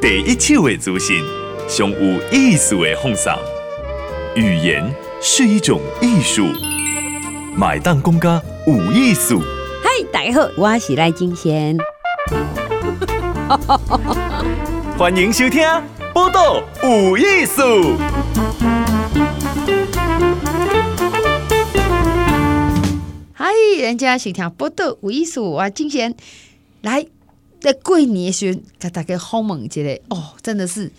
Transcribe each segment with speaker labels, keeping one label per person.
Speaker 1: 第一手的资讯，上有意思的奉上。语言是一种艺术，买单公家有艺术。
Speaker 2: 嗨，大家好，我是赖金贤。
Speaker 1: 欢迎收听《报道有意思》。
Speaker 3: 嗨，人家是听报道有意思啊，金贤来在过年的时候，给大家访问一下哦，真的是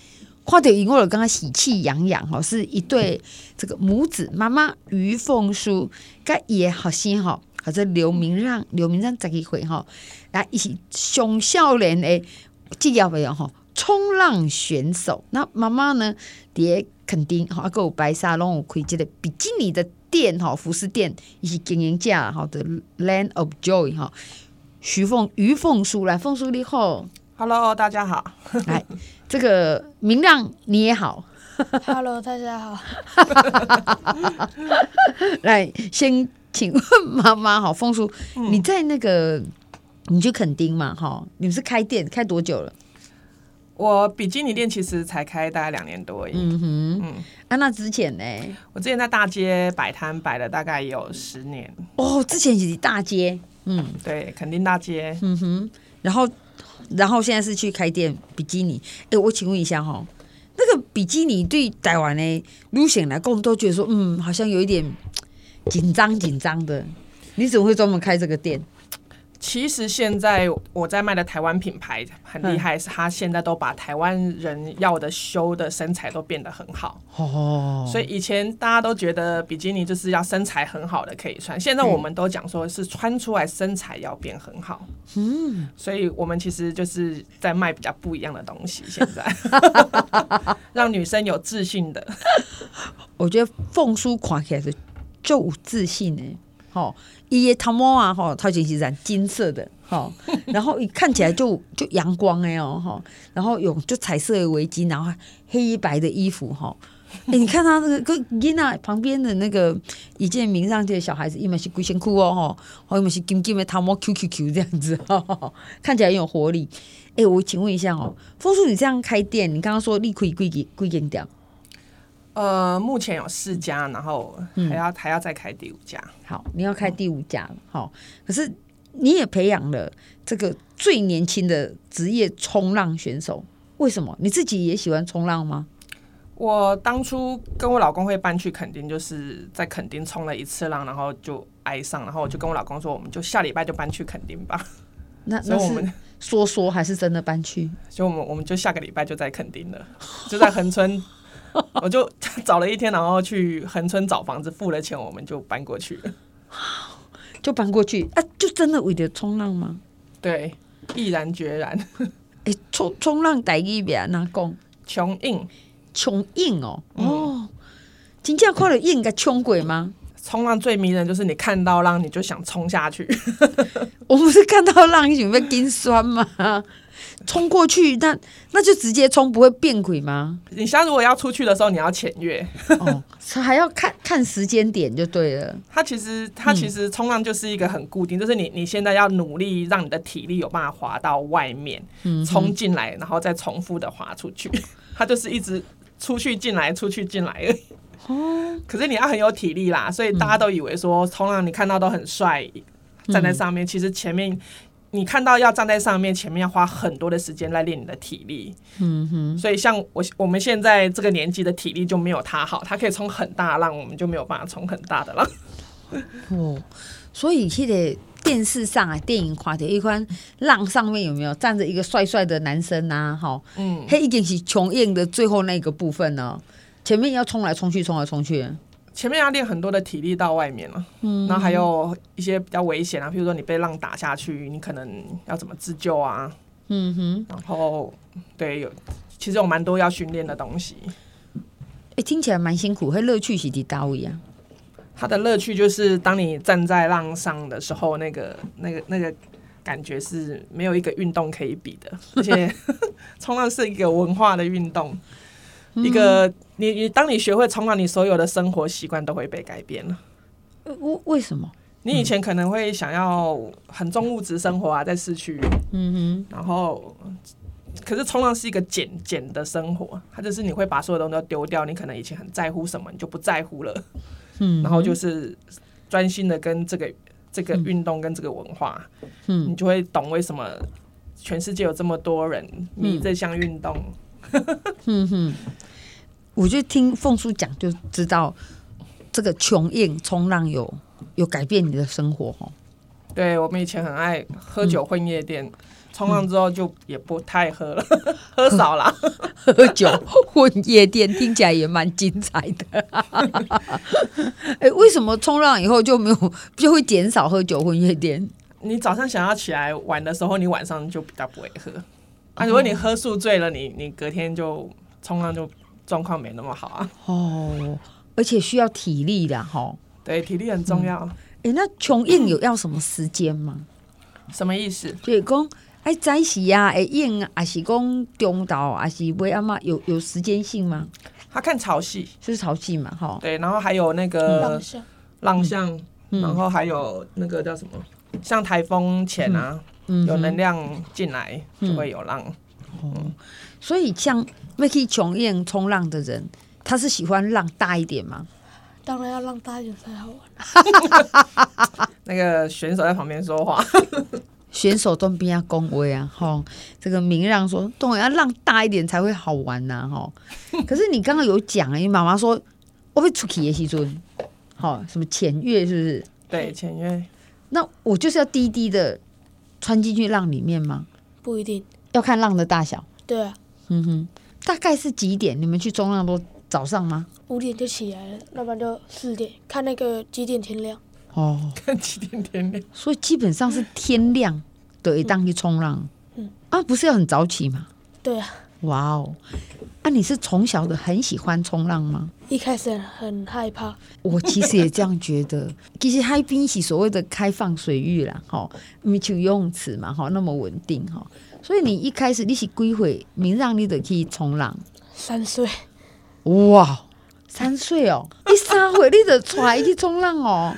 Speaker 3: 看到因我就刚刚喜气洋洋哦，是一对这个母子妈妈于凤书跟伊的学生吼，或者刘明让刘明让十一岁吼，来一起上少年的职业的吼冲浪选手，那妈妈呢？伫肯定吼，啊，还有白沙拢有开即个比基尼的店吼，服饰店，伊是经营者吼的 Land of Joy 吼。徐凤于凤书来，凤书你好，
Speaker 4: Hello，大家好。
Speaker 3: 来这个明亮你也好，
Speaker 5: Hello，大家好。
Speaker 3: 来先请问妈妈好，凤书、你在那个你去垦丁嘛哈？你们是开店开多久了？
Speaker 4: 我比基尼店其实才开大概两年多而已。
Speaker 3: 嗯哼，
Speaker 4: 嗯
Speaker 3: 啊那之前呢？
Speaker 4: 我之前在大街摆摊摆了大概有十年，
Speaker 3: 哦，之前是大街，嗯
Speaker 4: 对，垦丁大街。
Speaker 3: 嗯哼，然后然后现在是去开店比基尼。哎，我请问一下哈，那个比基尼对台湾的路线来讲，我们都觉得说，嗯，好像有一点紧张紧张的。你怎么会专门开这个店？
Speaker 4: 其实现在我在卖的台湾品牌很
Speaker 3: 嗯
Speaker 4: 厉害，是它现在都把台湾人要的修的身材都变得很好。
Speaker 3: 哦，
Speaker 4: 所以以前大家都觉得比基尼就是要身材很好的可以穿，现在我们都讲说是穿出来身材要变很好。嗯，所以我们其实就是在卖比较不一样的东西，现在 让女生有自信的。
Speaker 3: 我觉得凤叔看起来是就有自信呢、吼、伊的头毛啊，吼、头前是染金色的，吼、然后一看起来就就阳光哎哦，吼、然后有就彩色的围巾，然后黑白的衣服，吼、哎、你看他那个跟伊娜旁边的那个一件名上街的小孩子，一满是龟仙裤哦，吼，还有一嘛是金金的头毛 Q Q Q 这样子， 吼、看起来很有活力。哎、我请问一下哦，凤叔，你这样开店，你刚刚说你可以归给归给掉，
Speaker 4: 呃，目前有四家，然后
Speaker 3: 嗯
Speaker 4: 还要、还要再开第五家。
Speaker 3: 好，你要开第五家了，好、可是你也培养了这个最年轻的职业冲浪选手，为什么？你自己也喜欢冲浪吗？
Speaker 4: 我当初跟我老公会搬去垦丁，就是在垦丁冲了一次浪，然后就挨上，然后我就跟我老公说，我们就下礼拜就搬去垦丁吧。
Speaker 3: 那
Speaker 4: 所
Speaker 3: 那
Speaker 4: 以我
Speaker 3: 是
Speaker 4: 们
Speaker 3: 说说还是真的搬去？
Speaker 4: 所以我们我们就下个礼拜就在垦丁了，就在恒春，我就 找了一天，然后去恒春找房子，付了钱，我们就搬过去了。
Speaker 3: 就搬过去啊？就真的为了冲浪吗？
Speaker 4: 对，毅然决然，
Speaker 3: 哎、冲冲浪台语别哪讲？
Speaker 4: 穷硬
Speaker 3: 冲硬哦、
Speaker 4: 嗯
Speaker 3: 哦，真正看了硬个冲过吗？
Speaker 4: 冲浪最迷人就是你看到浪你就想冲下去，
Speaker 3: 我们是看到浪准备金酸吗？冲过去，那那就直接冲，不会变轨吗？
Speaker 4: 你现在如果要出去的时候，你要潜越。
Speaker 3: 哦，是还要看看时间点就对了。
Speaker 4: 它其实它其实冲浪就是一个很固定，就是你你现在要努力让你的体力有办法滑到外面，冲进来，然后再重复的滑出去。它就是一直出去进来，出去进来而已。可是你要很有体力啦，所以大家都以为说冲浪你看到都很帅，站在上面，其实前面。你看到要站在上面，前面要花很多的时间来练你的体力，嗯哼。所以像我我们现在这个年纪的体力就没有他好，他可以冲很大的浪，我们就没有办法冲很大的浪。
Speaker 3: 哦，所以迄个电视上啊，电影看到一款浪上面有没有站着一个帅帅的男生呐、啊？哈，
Speaker 4: 嗯，
Speaker 3: 他已经是穷硬的最后那个部分呢、前面要冲来冲去，冲来冲去。
Speaker 4: 前面要练很多的体力到外面了，嗯，然后还有一些比较危险啊，譬如说你被浪打下去，你可能要怎么自救啊，
Speaker 3: 嗯哼，
Speaker 4: 然后对有，其实有蛮多要训练的东西。
Speaker 3: 哎、听起来蛮辛苦，迄乐趣是伫倒位啊？
Speaker 4: 它的乐趣就是当你站在浪上的时候，那个那个那个感觉是没有一个运动可以比 的，而且 冲浪是一个文化的运动，
Speaker 3: 嗯
Speaker 4: 一个你你当你学会冲浪，你所有的生活习惯都会被改变了。
Speaker 3: 呃为为什么？
Speaker 4: 你以前可能会想要很重物质生活啊，在市区，嗯哼，然后可是冲浪是一个减减的生活，它就是你会把所有东西都丢掉，你可能以前很在乎什么，你就不在乎了，
Speaker 3: 嗯
Speaker 4: 然后就是专心的跟这个这个运动跟这个文化，
Speaker 3: 嗯
Speaker 4: 你就会懂为什么全世界有这么多人迷这项运动。
Speaker 3: 嗯哼，我就听凤叔讲就知道，这个穷硬冲浪有有改变你的生活哦。
Speaker 4: 对我们以前很爱喝
Speaker 3: 嗯
Speaker 4: 酒混夜店，冲浪之后就也不太喝了， 喝少了。
Speaker 3: 喝酒 混夜店，听起来也蛮精彩的。 哎、为什么冲浪以后就没有就会减少喝酒混夜店？
Speaker 4: 你早上想要起来玩的时候，你晚上就比较不会喝。
Speaker 3: 哦
Speaker 4: 啊，如果你喝宿醉了，你你隔天就冲浪就状况没那么好啊。
Speaker 3: 哦，而且需要体力的哈。
Speaker 4: 对，体力很重要。
Speaker 3: 哎、那穷硬有要什么时间吗？
Speaker 4: 什么意思？
Speaker 3: 就是讲，哎，早时啊，哎，硬啊，还是讲中岛，还是尾阿妈有有时间性吗？
Speaker 4: 他看潮汐，
Speaker 3: 就是潮汐嘛，哈。
Speaker 4: 对，然后还有那
Speaker 5: 浪
Speaker 4: 个
Speaker 5: 向
Speaker 4: 浪向，
Speaker 3: 嗯
Speaker 4: 然后还有那个叫什么？像台风前啊，
Speaker 3: 嗯
Speaker 4: 有
Speaker 3: 哼嗯
Speaker 4: 能量进来就会有浪。
Speaker 3: 所以像 Vicky 琼燕冲浪的人，他是喜欢浪大一点吗？
Speaker 5: 当然要让大一点才好玩。
Speaker 4: 那个选手在旁边说话，
Speaker 3: 选手都边要恭维啊，吼，这个明让说，当然要浪大一点才会好玩呐、 吼。可是你刚刚有讲，啊你妈妈说我会出去的时阵，吼，什么浅月是不是？
Speaker 4: 对，签约
Speaker 3: 那我就是要低低的穿进去浪里面吗？
Speaker 5: 不一定，
Speaker 3: 要看浪的大小，
Speaker 5: 对啊，
Speaker 3: 嗯哼，大概是几点？你们去冲浪都早上吗？
Speaker 5: 五点就起来了，要不然就四点，看那个几点天亮。
Speaker 3: 哦，
Speaker 4: 看几点天亮。
Speaker 3: 所以基本上是天亮的一当去冲浪，
Speaker 5: 嗯
Speaker 3: 啊，不是要很早起吗？
Speaker 5: 对啊，
Speaker 3: 哇哦，啊，你是从小的很喜欢冲浪吗？
Speaker 5: 一开始很害怕，
Speaker 3: 我其实也这样觉得。 其实海滨是所谓的开放水域啦，吼，没就游泳池嘛，吼，那么稳定吼。所以你一开始你是归回明让你的去冲浪，
Speaker 5: 三岁
Speaker 3: 哇，三岁哦，你三岁你的船去冲浪哦，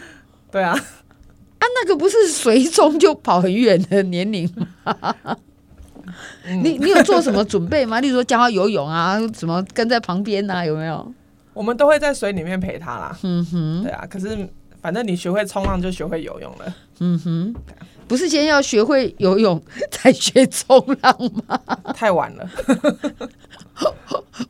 Speaker 4: 对啊，
Speaker 3: 啊，那个不是随冲就跑很远的年龄吗？你你有做什么准备吗？例如说教他游泳啊，什么跟在旁边啊，有没有？
Speaker 4: 我们都会在水里面陪他啦。
Speaker 3: 嗯哼，
Speaker 4: 对啊，可是反正你学会冲浪就学会游泳了。
Speaker 3: 嗯哼，不是先要学会游泳才学冲浪吗？
Speaker 4: 太晚了，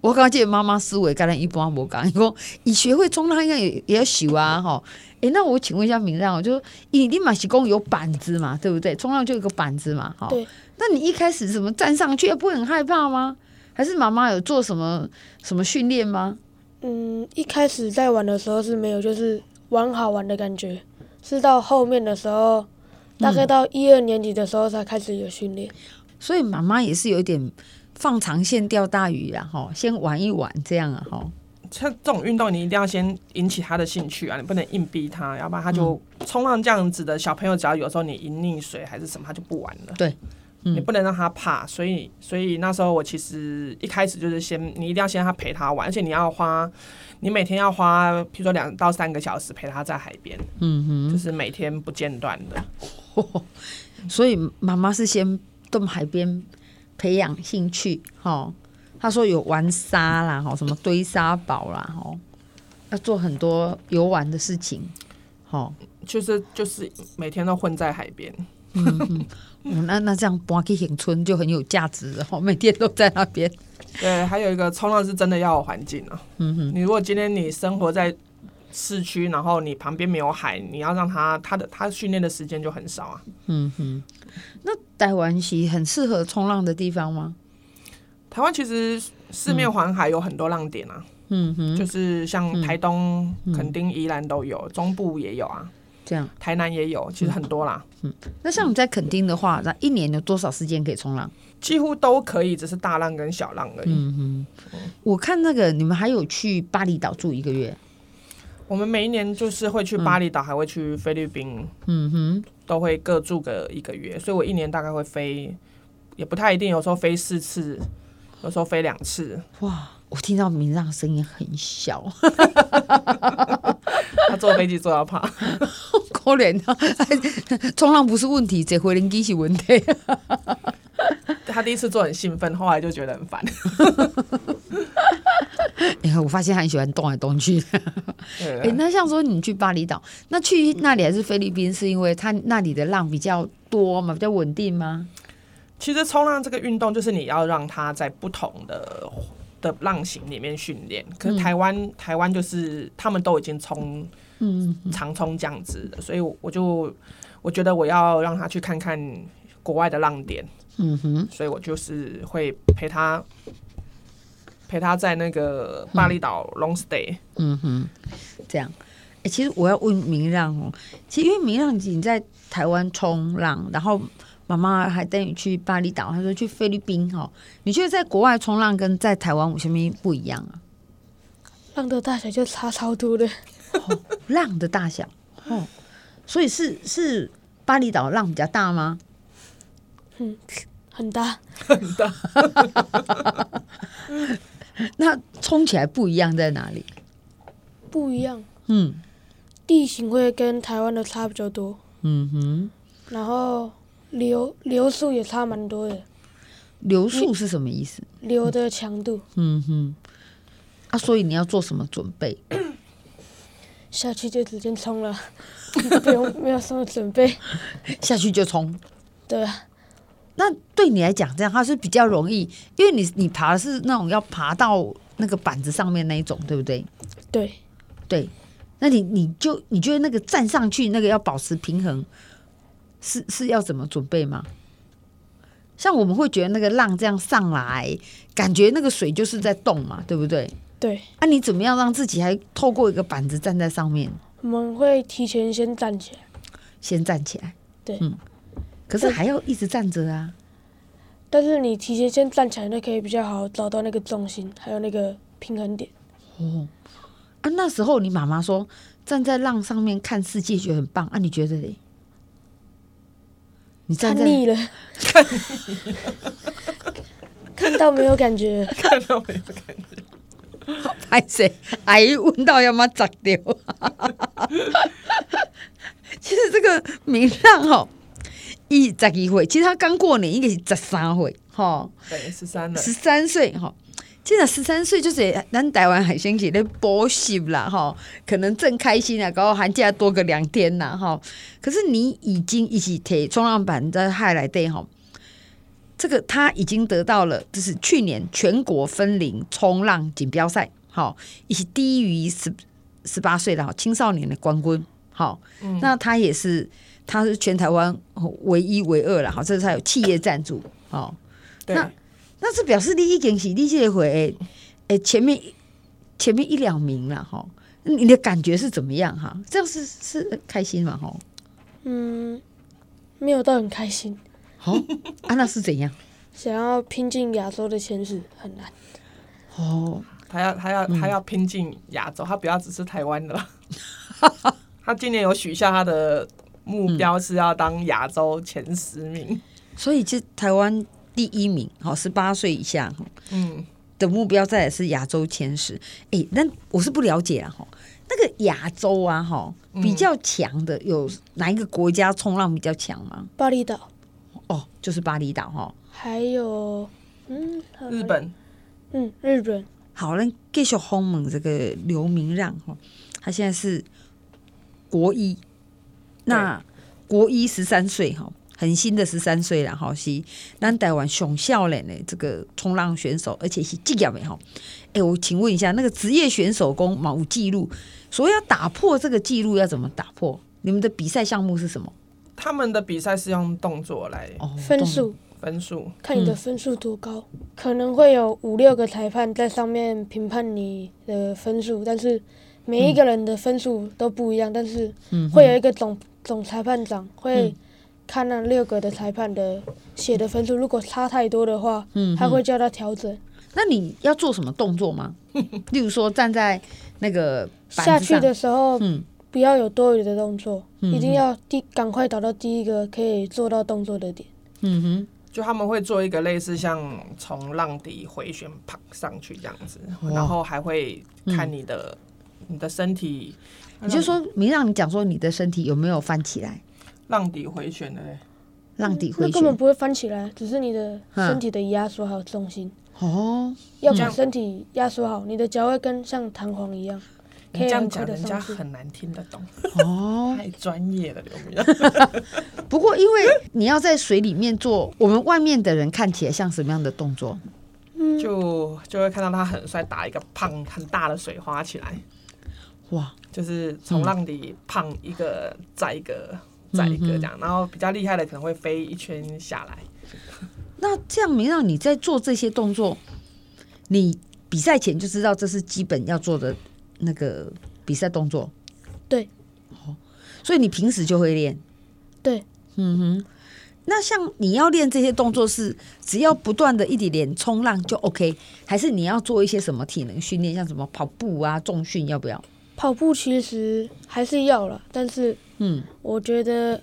Speaker 3: 我刚见妈妈思维跟咱一般无讲，伊讲你学会冲浪应该也也要修啊，吼。诶，那我请问一下明亮哦，就是你立马是公有板子嘛，对不对？冲浪就有一个板子嘛，哈。
Speaker 5: 对。
Speaker 3: 那你一开始怎么站上去，不会很害怕吗？还是妈妈有做什么什么训练吗？
Speaker 5: 嗯，一开始在玩的时候是没有，就是玩好玩的感觉，是到后面的时候，大概到一二年级的时候才开始有训练。
Speaker 3: 所以妈妈也是有一点放长线钓大鱼啦，哈，先玩一玩这样啊，哈。
Speaker 4: 像这种运动，你一定要先引起他的兴趣啊，你不能硬逼他，要不然他就
Speaker 3: 嗯
Speaker 4: 冲浪这样子的小朋友，只要有时候你一溺水还是什么，他就不玩了。
Speaker 3: 对，嗯
Speaker 4: 你不能让他怕，所以所以那时候我其实一开始就是先，你一定要先让他陪他玩，而且你要花，你每天要花，譬如说两到三个小时陪他在海边，
Speaker 3: 嗯哼，
Speaker 4: 就是每天不间断的。
Speaker 3: 所以妈妈是先到海边培养兴趣，哈。她说有玩沙啦，哈，什么堆沙堡啦，哈，要做很多游玩的事情，哈。
Speaker 4: 就是就是每天都混在海边，
Speaker 3: 嗯那那这样搬去永村就很有价值了，哈，每天都在那边。
Speaker 4: 对，还有一个冲浪是真的要有环境啊。
Speaker 3: 嗯哼，
Speaker 4: 你如果今天你生活在市区，然后你旁边没有海，你要让他他的他训练的时间就很少啊。
Speaker 3: 嗯哼。那台湾是很适合冲浪的地方吗？
Speaker 4: 台湾其实四面环海，有很多浪点啊，
Speaker 3: 嗯哼，嗯
Speaker 4: 就是像台东、垦丁、宜兰都有，中部也有啊，
Speaker 3: 这样。
Speaker 4: 台南也有，
Speaker 3: 嗯
Speaker 4: 其实很多啦，
Speaker 3: 那像你在垦丁的话，那一年有多少时间可以冲浪？
Speaker 4: 几乎都可以，只是大浪跟小浪而已。
Speaker 3: 嗯哼，我看那个你们还有去巴厘岛住一个月，
Speaker 4: 我们每一年就是会去巴厘岛，还会去菲律宾，
Speaker 3: 嗯哼，
Speaker 4: 都会各住个一个月，所以我一年大概会飞，也不太一定，有时候飞四次，有时候飞两 次，
Speaker 3: 哇！我听到明让声音很小，
Speaker 4: 他坐飞机坐到怕。
Speaker 3: 可 怜啊！冲浪不是问题，这回人机是问题。
Speaker 4: 他第一次做很兴奋，后来就觉得很烦。
Speaker 3: 哎呀，我发现他很喜欢动来动去。
Speaker 4: 对
Speaker 3: 哎、那像说你去巴厘岛，那去那里还是菲律宾，是因为它那里的浪比较多嘛，比较稳定吗？
Speaker 4: 其实冲浪这个运动，就是你要让它在不同的的浪型里面训练。可是台湾、台湾就是他们都已经冲
Speaker 3: 嗯，
Speaker 4: 长冲这样子的，所以我我就我觉得我要让他去看看国外的浪点，
Speaker 3: 嗯哼，
Speaker 4: 所以我就是会陪他陪他在那个巴厘岛 long stay。
Speaker 3: 嗯哼，这样。哎、其实我要问明亮哦，其实因为明亮你在台湾冲浪，然后妈妈还带你去巴厘岛，她说去菲律宾哦，你觉得在国外冲浪跟在台湾有什么不一样啊？
Speaker 5: 浪的大小就差超多的。
Speaker 3: 浪的大小哦，所以是是巴厘岛浪比较大吗？
Speaker 5: 很大，
Speaker 3: 那冲起来不一样在哪里？
Speaker 5: 不一样，
Speaker 3: 嗯。
Speaker 5: 地形会跟台湾的差比较多，
Speaker 3: 嗯哼，
Speaker 5: 然后流流速也差蛮多的，
Speaker 3: 流速是什么意思？
Speaker 5: 流的强度
Speaker 3: 嗯哼，啊，所以你要做什么准备？
Speaker 5: 下去就直接冲了， 不用没有什么准备，
Speaker 3: 下去就冲。
Speaker 5: 对啊，
Speaker 3: 那对你来讲，这样它是比较容易，因为你你爬的是那种要爬到那个板子上面那一种，对不对？
Speaker 5: 对，
Speaker 3: 对，那你你就你觉得那个站上去那个要保持平衡，是是要怎么准备吗？像我们会觉得那个浪这样上来，感觉那个水就是在动嘛，对不对？
Speaker 5: 对，
Speaker 3: 啊，你怎么样让自己还透过一个板子站在上面？
Speaker 5: 我们会提前先站起来，
Speaker 3: 先站起来。
Speaker 5: 对
Speaker 3: 嗯，可是还要一直站着啊。
Speaker 5: 但是你提前先站起来，那可以比较好找到那个重心，还有那个平衡点。
Speaker 3: 哦，啊，那时候你妈妈说站在浪上面看世界，觉得很棒啊，你觉得嘞？你站
Speaker 5: 看
Speaker 3: 在
Speaker 5: 腻了，看到没有感觉，
Speaker 4: 看到
Speaker 3: 嗯
Speaker 4: 没有？看到
Speaker 3: 拍谁？阿姨闻到要么砸掉。 其实这个明亮哦，一十一岁，其实他刚过年，应该是十三岁，哈、
Speaker 4: 对，十三了。
Speaker 3: 十三岁吼，即个十三岁就是哎咱台湾海鲜是咧补习啦吼，可能正开心啊，搞到寒假多个两天啦吼。可是你已经一起提冲浪板在海来对吼，这个他已经得到了，就是去年全国分龄冲浪锦标赛吼，以及低于十十八岁的吼青少年的冠军好，那他也是。他是全台湾哦唯一唯二了，好，这是他有企业赞助，哦，
Speaker 4: 对，
Speaker 3: 那那是表示你已经是你这回诶、诶前面前面一两名了哈，吼你的感觉是怎么样哈？这样是是开心嘛哈？
Speaker 5: 嗯，没有到很开心。
Speaker 3: 好、啊那是怎样？
Speaker 5: 想要拼进亚洲的前十很难，
Speaker 3: 哦，
Speaker 4: 他要他要他要拼进亚洲，他不要只是台 湾的了。他今年有许下他的目标是要当亚洲前十名。
Speaker 3: 所以这台湾第一名，好十八岁以下吼
Speaker 4: 嗯，
Speaker 3: 的目标再来是亚洲前十。诶、那我是不了解啊哈，吼那个亚洲啊哈比较强的有哪一个国家冲浪比较强吗？
Speaker 5: 巴厘岛
Speaker 3: 哦，就是巴厘岛哈。吼
Speaker 5: 还有嗯还有
Speaker 4: 日本
Speaker 5: 嗯日本
Speaker 3: 好，那继续轰猛这个刘明让哈，他现在是国一，那国一十三岁哈，很新的十三岁了哈，是咱台湾熊少年的这个冲浪选手，而且是职业的哈。哎、我请问一下，那个职业选手工某记录，所以要打破这个记录要怎么打破？你们的比赛项目是什么？
Speaker 4: 他们的比赛是用动作来
Speaker 3: 哦，
Speaker 5: 分数
Speaker 4: 分数，
Speaker 5: 看
Speaker 3: 嗯
Speaker 5: 你的分数多高，可能会有五六个裁判在上面评判你的分数，但是每一个人的分数都不一样，但是
Speaker 3: 嗯
Speaker 5: 会有一个总总裁判长会看那六个的裁判的写的分数，如果差太多的话，
Speaker 3: 嗯
Speaker 5: 他会叫他调整。
Speaker 3: 那你要做什么动作 吗？例如说站在那个板
Speaker 5: 下
Speaker 3: 子
Speaker 5: 去
Speaker 3: 上
Speaker 5: 的时候，
Speaker 3: 嗯
Speaker 5: 不要有多余的动作，一定要第赶快找到第一个可以做到动作的点。
Speaker 3: 嗯哼。
Speaker 4: 就他们会做一个类似像从浪底回旋跑上去这样子，
Speaker 3: 哇嗯
Speaker 4: 然后还会看你的、你的身体，
Speaker 3: 你就说没让你讲说你的身体有没有翻起来？
Speaker 4: 浪底回旋的嘞，
Speaker 3: 浪底
Speaker 5: 嗯那
Speaker 3: 回
Speaker 5: 根本
Speaker 3: 旋。
Speaker 5: 不会翻起来，只是你的身体的压缩还有重心。
Speaker 3: 哦，
Speaker 5: 要把身体压缩好，你的脚会跟像弹簧一样，
Speaker 4: 你
Speaker 5: 可
Speaker 4: 这
Speaker 5: 以
Speaker 4: 样
Speaker 5: 很快
Speaker 4: 讲，
Speaker 5: 的
Speaker 4: 人家
Speaker 5: 上去。
Speaker 4: 很难听得懂，
Speaker 3: 哦，
Speaker 4: 太专业了，刘明。
Speaker 3: 不过因为你要在水里面做，我们外面的人看起来像什么样的动作？
Speaker 4: 就就会看到他很帅，打一个胖很大的水花起来，
Speaker 3: 哇，
Speaker 4: 就是从浪里胖一个，再一个，再一个
Speaker 3: 嗯
Speaker 4: 这样。然后比较厉害的可能会飞一圈下来。
Speaker 3: 那这样明让你在做这些动作，你比赛前就知道这是基本要做的那个比赛动作，哦
Speaker 5: 对
Speaker 3: 所以你平时就会练。
Speaker 5: 对，
Speaker 3: 那像你要练这些动作是，只要不断的一点点冲浪就 OK，还是你要做一些什么体能训练，像什么跑步啊、重训，要不要？
Speaker 5: 跑步其实还是要了，但是
Speaker 3: 嗯，
Speaker 5: 我觉得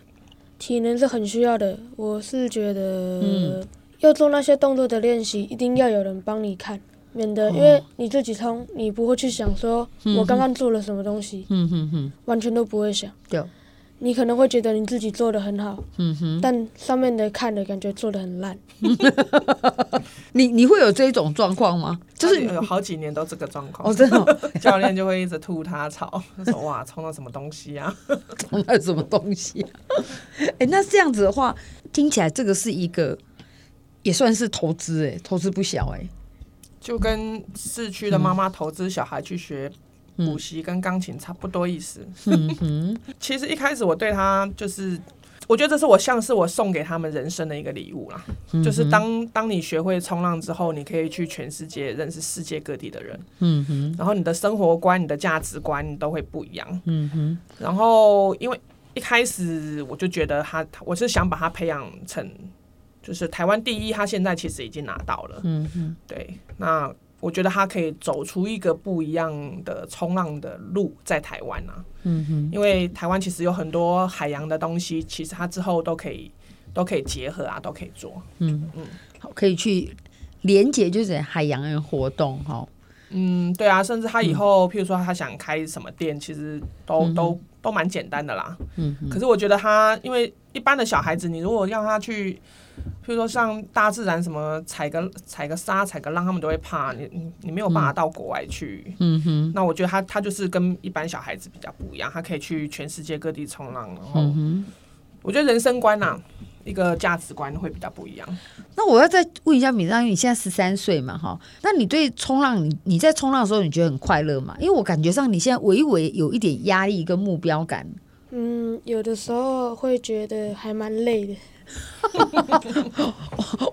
Speaker 5: 体能是很需要的。我是觉得，
Speaker 3: 嗯
Speaker 5: 要做那些动作的练习，一定要有人帮你看，免得因
Speaker 3: 哦
Speaker 5: 为你自己冲，你不会去想说我刚刚做了什么东西，
Speaker 3: 嗯哼哼，
Speaker 5: 完全都不会想。
Speaker 3: 对，
Speaker 5: 你可能会觉得你自己做的很好，
Speaker 3: 嗯哼，
Speaker 5: 但上面的看的感觉做的很烂。
Speaker 3: 你你会有这种状况吗？就是
Speaker 4: 他有好几年都这个状况
Speaker 3: 哦，，真的哦
Speaker 4: 教练就会一直吐他槽，就说哇，冲到什么东西啊？
Speaker 3: 冲到什么东西、啊？哎、那这样子的话，听起来这个是一个也算是投资，哎，投资不小，哎，
Speaker 4: 就跟市区的妈妈投资小孩去学
Speaker 3: 嗯
Speaker 4: 补习跟钢琴差不多意思。 其实一开始我对他就是，我觉得这是我像是我送给他们人生的一个礼物啦。
Speaker 3: 嗯
Speaker 4: 就是当当你学会冲浪之后，你可以去全世界认识世界各地的人，
Speaker 3: 嗯哼，
Speaker 4: 然后你的生活观、你的价值观你都会不一样。
Speaker 3: 嗯哼，
Speaker 4: 然后因为一开始我就觉得他，我是想把他培养成就是台湾第一，他现在其实已经拿到了。
Speaker 3: 嗯哼，
Speaker 4: 对，那我觉得他可以走出一个不一样的冲浪的路，在台湾啊，
Speaker 3: 嗯哼，
Speaker 4: 因为台湾其实有很多海洋的东西，其实他之后都可以都可以结合啊，都可以做。
Speaker 3: 好，可以去连接就是海洋的活动，哈、
Speaker 4: 嗯，对啊，甚至他以后，譬如说他想开什么店，其实都、都都蛮简单的啦。
Speaker 3: 嗯
Speaker 4: 可是我觉得他，因为一般的小孩子，你如果让他去，譬如说像大自然什么踩个踩个沙、踩个浪，他们都会怕。你你你没有办法到国外去。
Speaker 3: 嗯哼，
Speaker 4: 那我觉得他他就是跟一般小孩子比较不一样，他可以去全世界各地冲浪，然
Speaker 3: 嗯
Speaker 4: 后、我觉得人生观呐、一个价值观会比较不一样。
Speaker 3: 那我要再问一下米章，因为你现在十三岁嘛，哈，那你对冲浪，你你在冲浪的时候，你觉得很快乐吗？因为我感觉上你现在微微有一点压力跟目标感，
Speaker 5: 嗯，有的时候会觉得还蛮累的。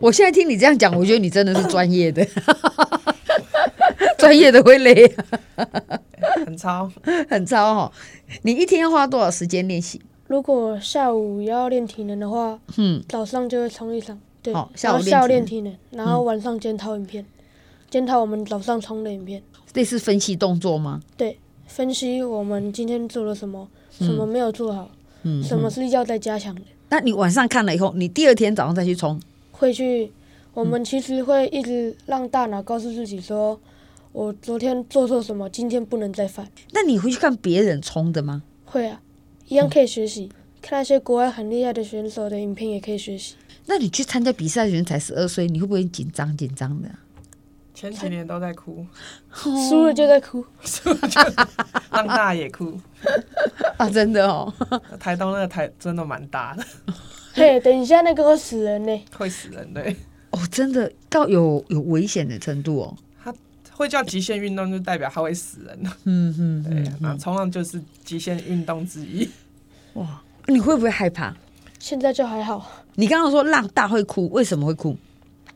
Speaker 3: 我现在听你这样讲，我觉得你真的是专业的， 专业的会累，啊
Speaker 4: 很超，
Speaker 3: 很糟哈、你一天要花多少时间练习？
Speaker 5: 如果下午要练体能的话，
Speaker 3: 嗯，
Speaker 5: 早上就会冲一场，对，
Speaker 3: 好下
Speaker 5: 然
Speaker 3: 午
Speaker 5: 后下午
Speaker 3: 练嗯
Speaker 5: 练体能，然后晚上检讨影片，检讨我们早上冲的影片，
Speaker 3: 类似分析动作吗？
Speaker 5: 对，分析我们今天做了什么，什么没有做好，
Speaker 3: 嗯
Speaker 5: 什么是要再加强的，
Speaker 3: 那你晚上看了以后，你第二天早上再去冲，
Speaker 5: 会去，我们其实会一直让大脑告诉自己说，我昨天做错什么，今天不能再犯。
Speaker 3: 那你会去看别人冲的吗？
Speaker 5: 会啊，一样可以学习，看那些国外很厉害的选手的影片也可以学习。
Speaker 3: 那你去参加比赛的人才十二岁，你会不会紧张紧张的啊？
Speaker 4: 前几年都在哭，
Speaker 5: 输了就在哭，
Speaker 4: 让大也哭。
Speaker 3: 啊，真的哦，
Speaker 4: 台东那个台真的蛮大的，
Speaker 5: 嘿，等一下那个会死人呢、
Speaker 4: 会死人对。
Speaker 3: 哦，真的到有有危险的程度哦。
Speaker 4: 会叫极限运动，就代表他会死人。
Speaker 3: 嗯哼，
Speaker 4: 对，那冲浪就是极限运动之一。
Speaker 3: 哇，你会不会害怕？
Speaker 5: 现在就还好，
Speaker 3: 你刚刚说浪大会哭，为什么会哭？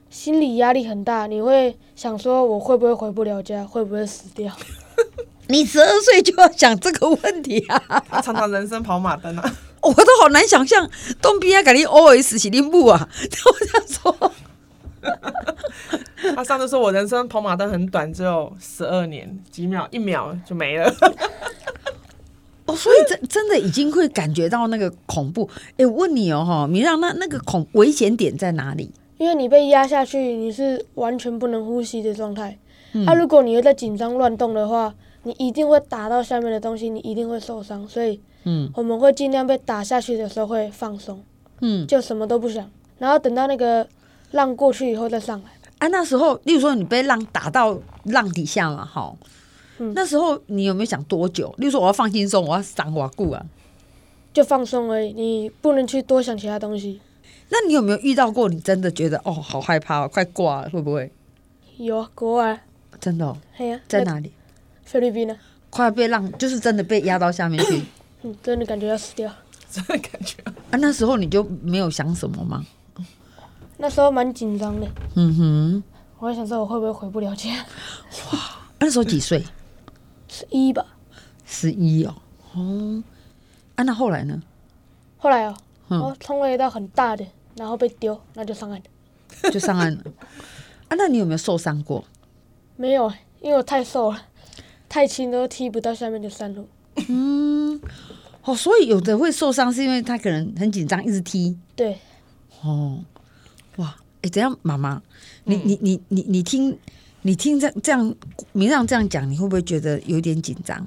Speaker 5: 心理压力很大，你会想说我会不会回不了家，会不会死掉？
Speaker 3: 你十二岁就要想这个问题 啊！
Speaker 4: 他常常人生跑马灯啊，
Speaker 3: 哦我都好难想象东边啊，给你 OS 是你母啊， 我这样说，
Speaker 4: 他上次说我人生跑马灯很短，只有十二年，几秒，一秒就没了。
Speaker 3: 哦，所以 真真的已经会感觉到那个恐怖。哎，我问你哦，哈，你让那那个恐危险点在哪里？
Speaker 5: 因为你被压下去，你是完全不能呼吸的状态。
Speaker 3: 嗯
Speaker 5: 那、如果你又在紧张乱动的话，你一定会打到下面的东西，你一定会受伤。所以，
Speaker 3: 嗯，
Speaker 5: 我们会尽量被打下去的时候会放松，
Speaker 3: 嗯，
Speaker 5: 就什么都不想，然后等到那个浪过去以后再上来。
Speaker 3: 啊，那时候，例如说你被浪打到浪底下嘛，哈，
Speaker 5: 嗯
Speaker 3: 那时候你有没有想多久？例如说我要放轻松，我要赏瓦固啊，
Speaker 5: 就放松而已，你不能去多想其他东西。
Speaker 3: 那你有没有遇到过你真的觉得哦，好害怕、哦，快挂了，会不会？
Speaker 5: 有啊，国外，
Speaker 3: 真的、哦、
Speaker 5: 嘿呀、
Speaker 3: 在
Speaker 5: 那
Speaker 3: 哪里？
Speaker 5: 菲律宾呢、
Speaker 3: 快要被浪，就是真的被压到下面去
Speaker 5: 嗯，真的感觉要死掉。
Speaker 4: 真的感觉
Speaker 3: 啊？那时候你就没有想什么吗？
Speaker 5: 那时候蛮紧张的，
Speaker 3: 嗯哼，
Speaker 5: 我还想说我会不会回不了 家，
Speaker 3: 啊那时候几岁？
Speaker 5: 十一吧。
Speaker 3: 十一哦，哦，啊，那后来呢？
Speaker 5: 后来哦，
Speaker 3: 嗯
Speaker 5: 我冲了一道很大的，然后被丢，那就上岸了。
Speaker 3: 就上 岸了啊？那你有没有受伤过？
Speaker 5: 没有，啊因为我太瘦了，太轻都踢不到下面就上路。
Speaker 3: 哦，所以有的会受伤，是因为他可能很紧张，一直踢。
Speaker 5: 对，
Speaker 3: 哦，嗯哇，哎、怎样，妈妈，你你你你你听，你听这这样明让这样讲，你会不会觉得有点紧张？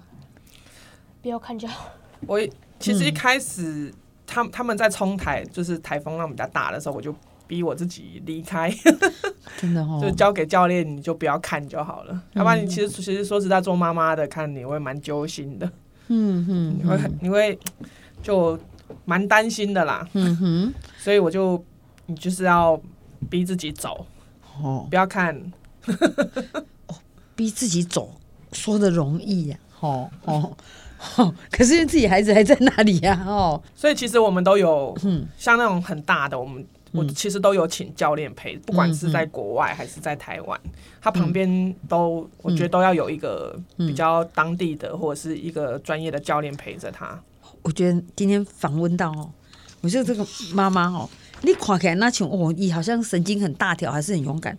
Speaker 5: 不要看就好。
Speaker 4: 我其实一开
Speaker 3: 嗯
Speaker 4: 始他他们在冲台，就是台风浪比较大的时候，我就逼我自己离开，
Speaker 3: 真的哦，嗯
Speaker 4: 就交给教练，你就不要看就好了。要不然你其实其实说实在，做妈妈的看你会蛮揪心的，
Speaker 3: 嗯嗯
Speaker 4: 你会很你会就蛮担心的啦。
Speaker 3: 嗯哼，
Speaker 4: 所以我就你就是要逼自己走，
Speaker 3: 哦，
Speaker 4: 不要看。
Speaker 3: 逼自己走，说的容易呀、哦 哦。哦，可是因为自己孩子还在那里呀、哦，
Speaker 4: 所以其实我们都有
Speaker 3: 嗯，
Speaker 4: 像那种很大的，我们我其实都有请教练陪，不管是
Speaker 3: 嗯
Speaker 4: 在国外还是在台湾，他旁边都我觉得
Speaker 3: 嗯
Speaker 4: 都要有一个比较当地的或者是一个专业的教练陪着他。
Speaker 3: 我觉得今天访问到哦，我觉得这个妈妈哦，你看起来那群哦，你好像神经很大条，还是很勇敢。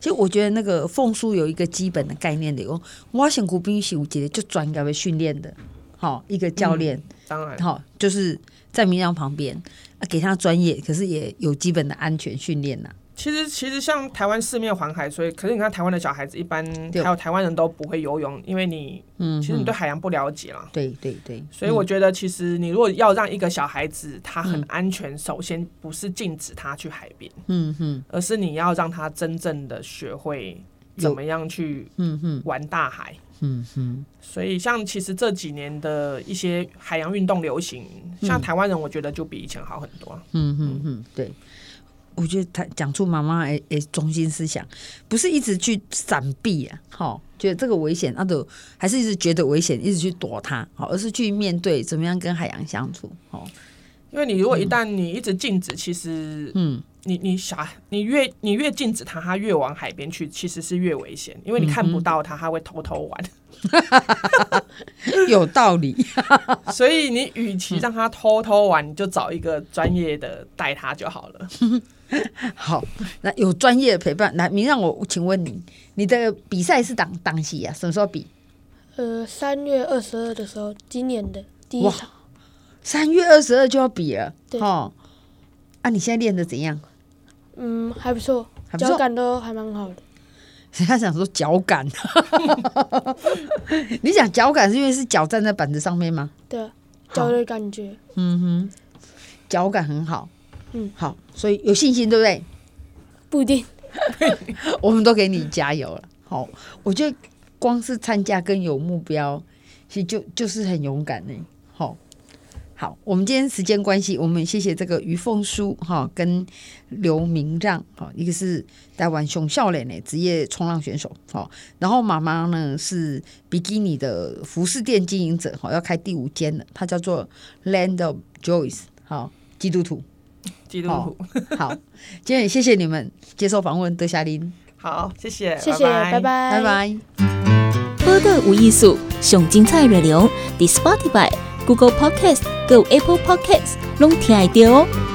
Speaker 3: 其实我觉得那个凤叔有一个基本的概念的，哦，我想古兵是有一个就专业被训练的，好、一个教练，
Speaker 4: 当然，
Speaker 3: 好、就是在明亮旁边，啊，给他专业，可是也有基本的安全训练呐、
Speaker 4: 其实其实像台湾四面环海，所以可是你看台湾的小孩子一般
Speaker 3: 对
Speaker 4: 还有台湾人都不会游泳，因为你
Speaker 3: 嗯
Speaker 4: 其实你对海洋不了解啦。
Speaker 3: 对对对，嗯
Speaker 4: 所以我觉得，其实你如果要让一个小孩子他很安全，首先不是禁止他去海边，
Speaker 3: 嗯哼，
Speaker 4: 而是你要让他真正的学会怎么样去
Speaker 3: 嗯哼，
Speaker 4: 玩大海。
Speaker 3: 嗯哼，
Speaker 4: 所以，像其实这几年的一些海洋运动流行，像台湾人，我觉得就比以前好很多啊。
Speaker 3: 嗯哼哼，对。我觉得他讲出妈妈诶诶中心思想，不是一直去闪避啊，好、觉得这个危险，那、都还是一直觉得危险，一直去躲它，好、而是去面对怎么样跟海洋相处，哦，
Speaker 4: 因为你如果一
Speaker 5: 嗯
Speaker 4: 旦你一直禁止，其实
Speaker 3: 嗯
Speaker 4: 你你小孩你越你越禁止他，他越往海边去，其实是越危险，因为你
Speaker 5: 嗯
Speaker 4: 看不到他，他会偷偷玩。
Speaker 3: 有道理，
Speaker 4: 所以你与其让他偷偷玩，你就找一个专业的带他就好了。
Speaker 3: 好，那有专业的陪伴，来，明让我请问你，你的比赛是档档期啊？什么时候比？
Speaker 5: 呃，三月二十二的时候，今年的第一
Speaker 3: 哇
Speaker 5: 场，
Speaker 3: 三月二十二就要比了，
Speaker 5: 对
Speaker 3: 哦，啊，你现在练的怎样？
Speaker 5: 嗯，还不错
Speaker 3: 还，不错
Speaker 5: 脚感都还蛮好的。
Speaker 3: 人家想说脚感， 你讲脚感是因为是脚站在板子上面吗？
Speaker 5: 对啊，脚的感觉，
Speaker 3: 嗯哼，脚感很好，
Speaker 5: 嗯，
Speaker 3: 好，所以有信心，对不对？
Speaker 5: 不一定。
Speaker 3: 我们都给你加油了。好，我觉得光是参加跟有目标，其实就就是很勇敢呢、好，好，我们今天时间关系，我们谢谢这个于凤书哈、跟刘明让哈、一个是台湾熊笑脸的职业冲浪选手哈、然后妈妈呢是比基尼的服饰店经营者哈、要开第五间了，她叫做 Land of Joyce 好、基督徒。
Speaker 4: 基督徒，
Speaker 3: 好，今天也谢谢你们接受访问，德霞林。
Speaker 4: 好，谢谢，
Speaker 5: 谢谢，拜拜，
Speaker 3: 拜拜。
Speaker 6: 播客无艺术，上精彩内容，伫 Spotify、Google Podcast、Go Apple Podcast 拢听得到哦。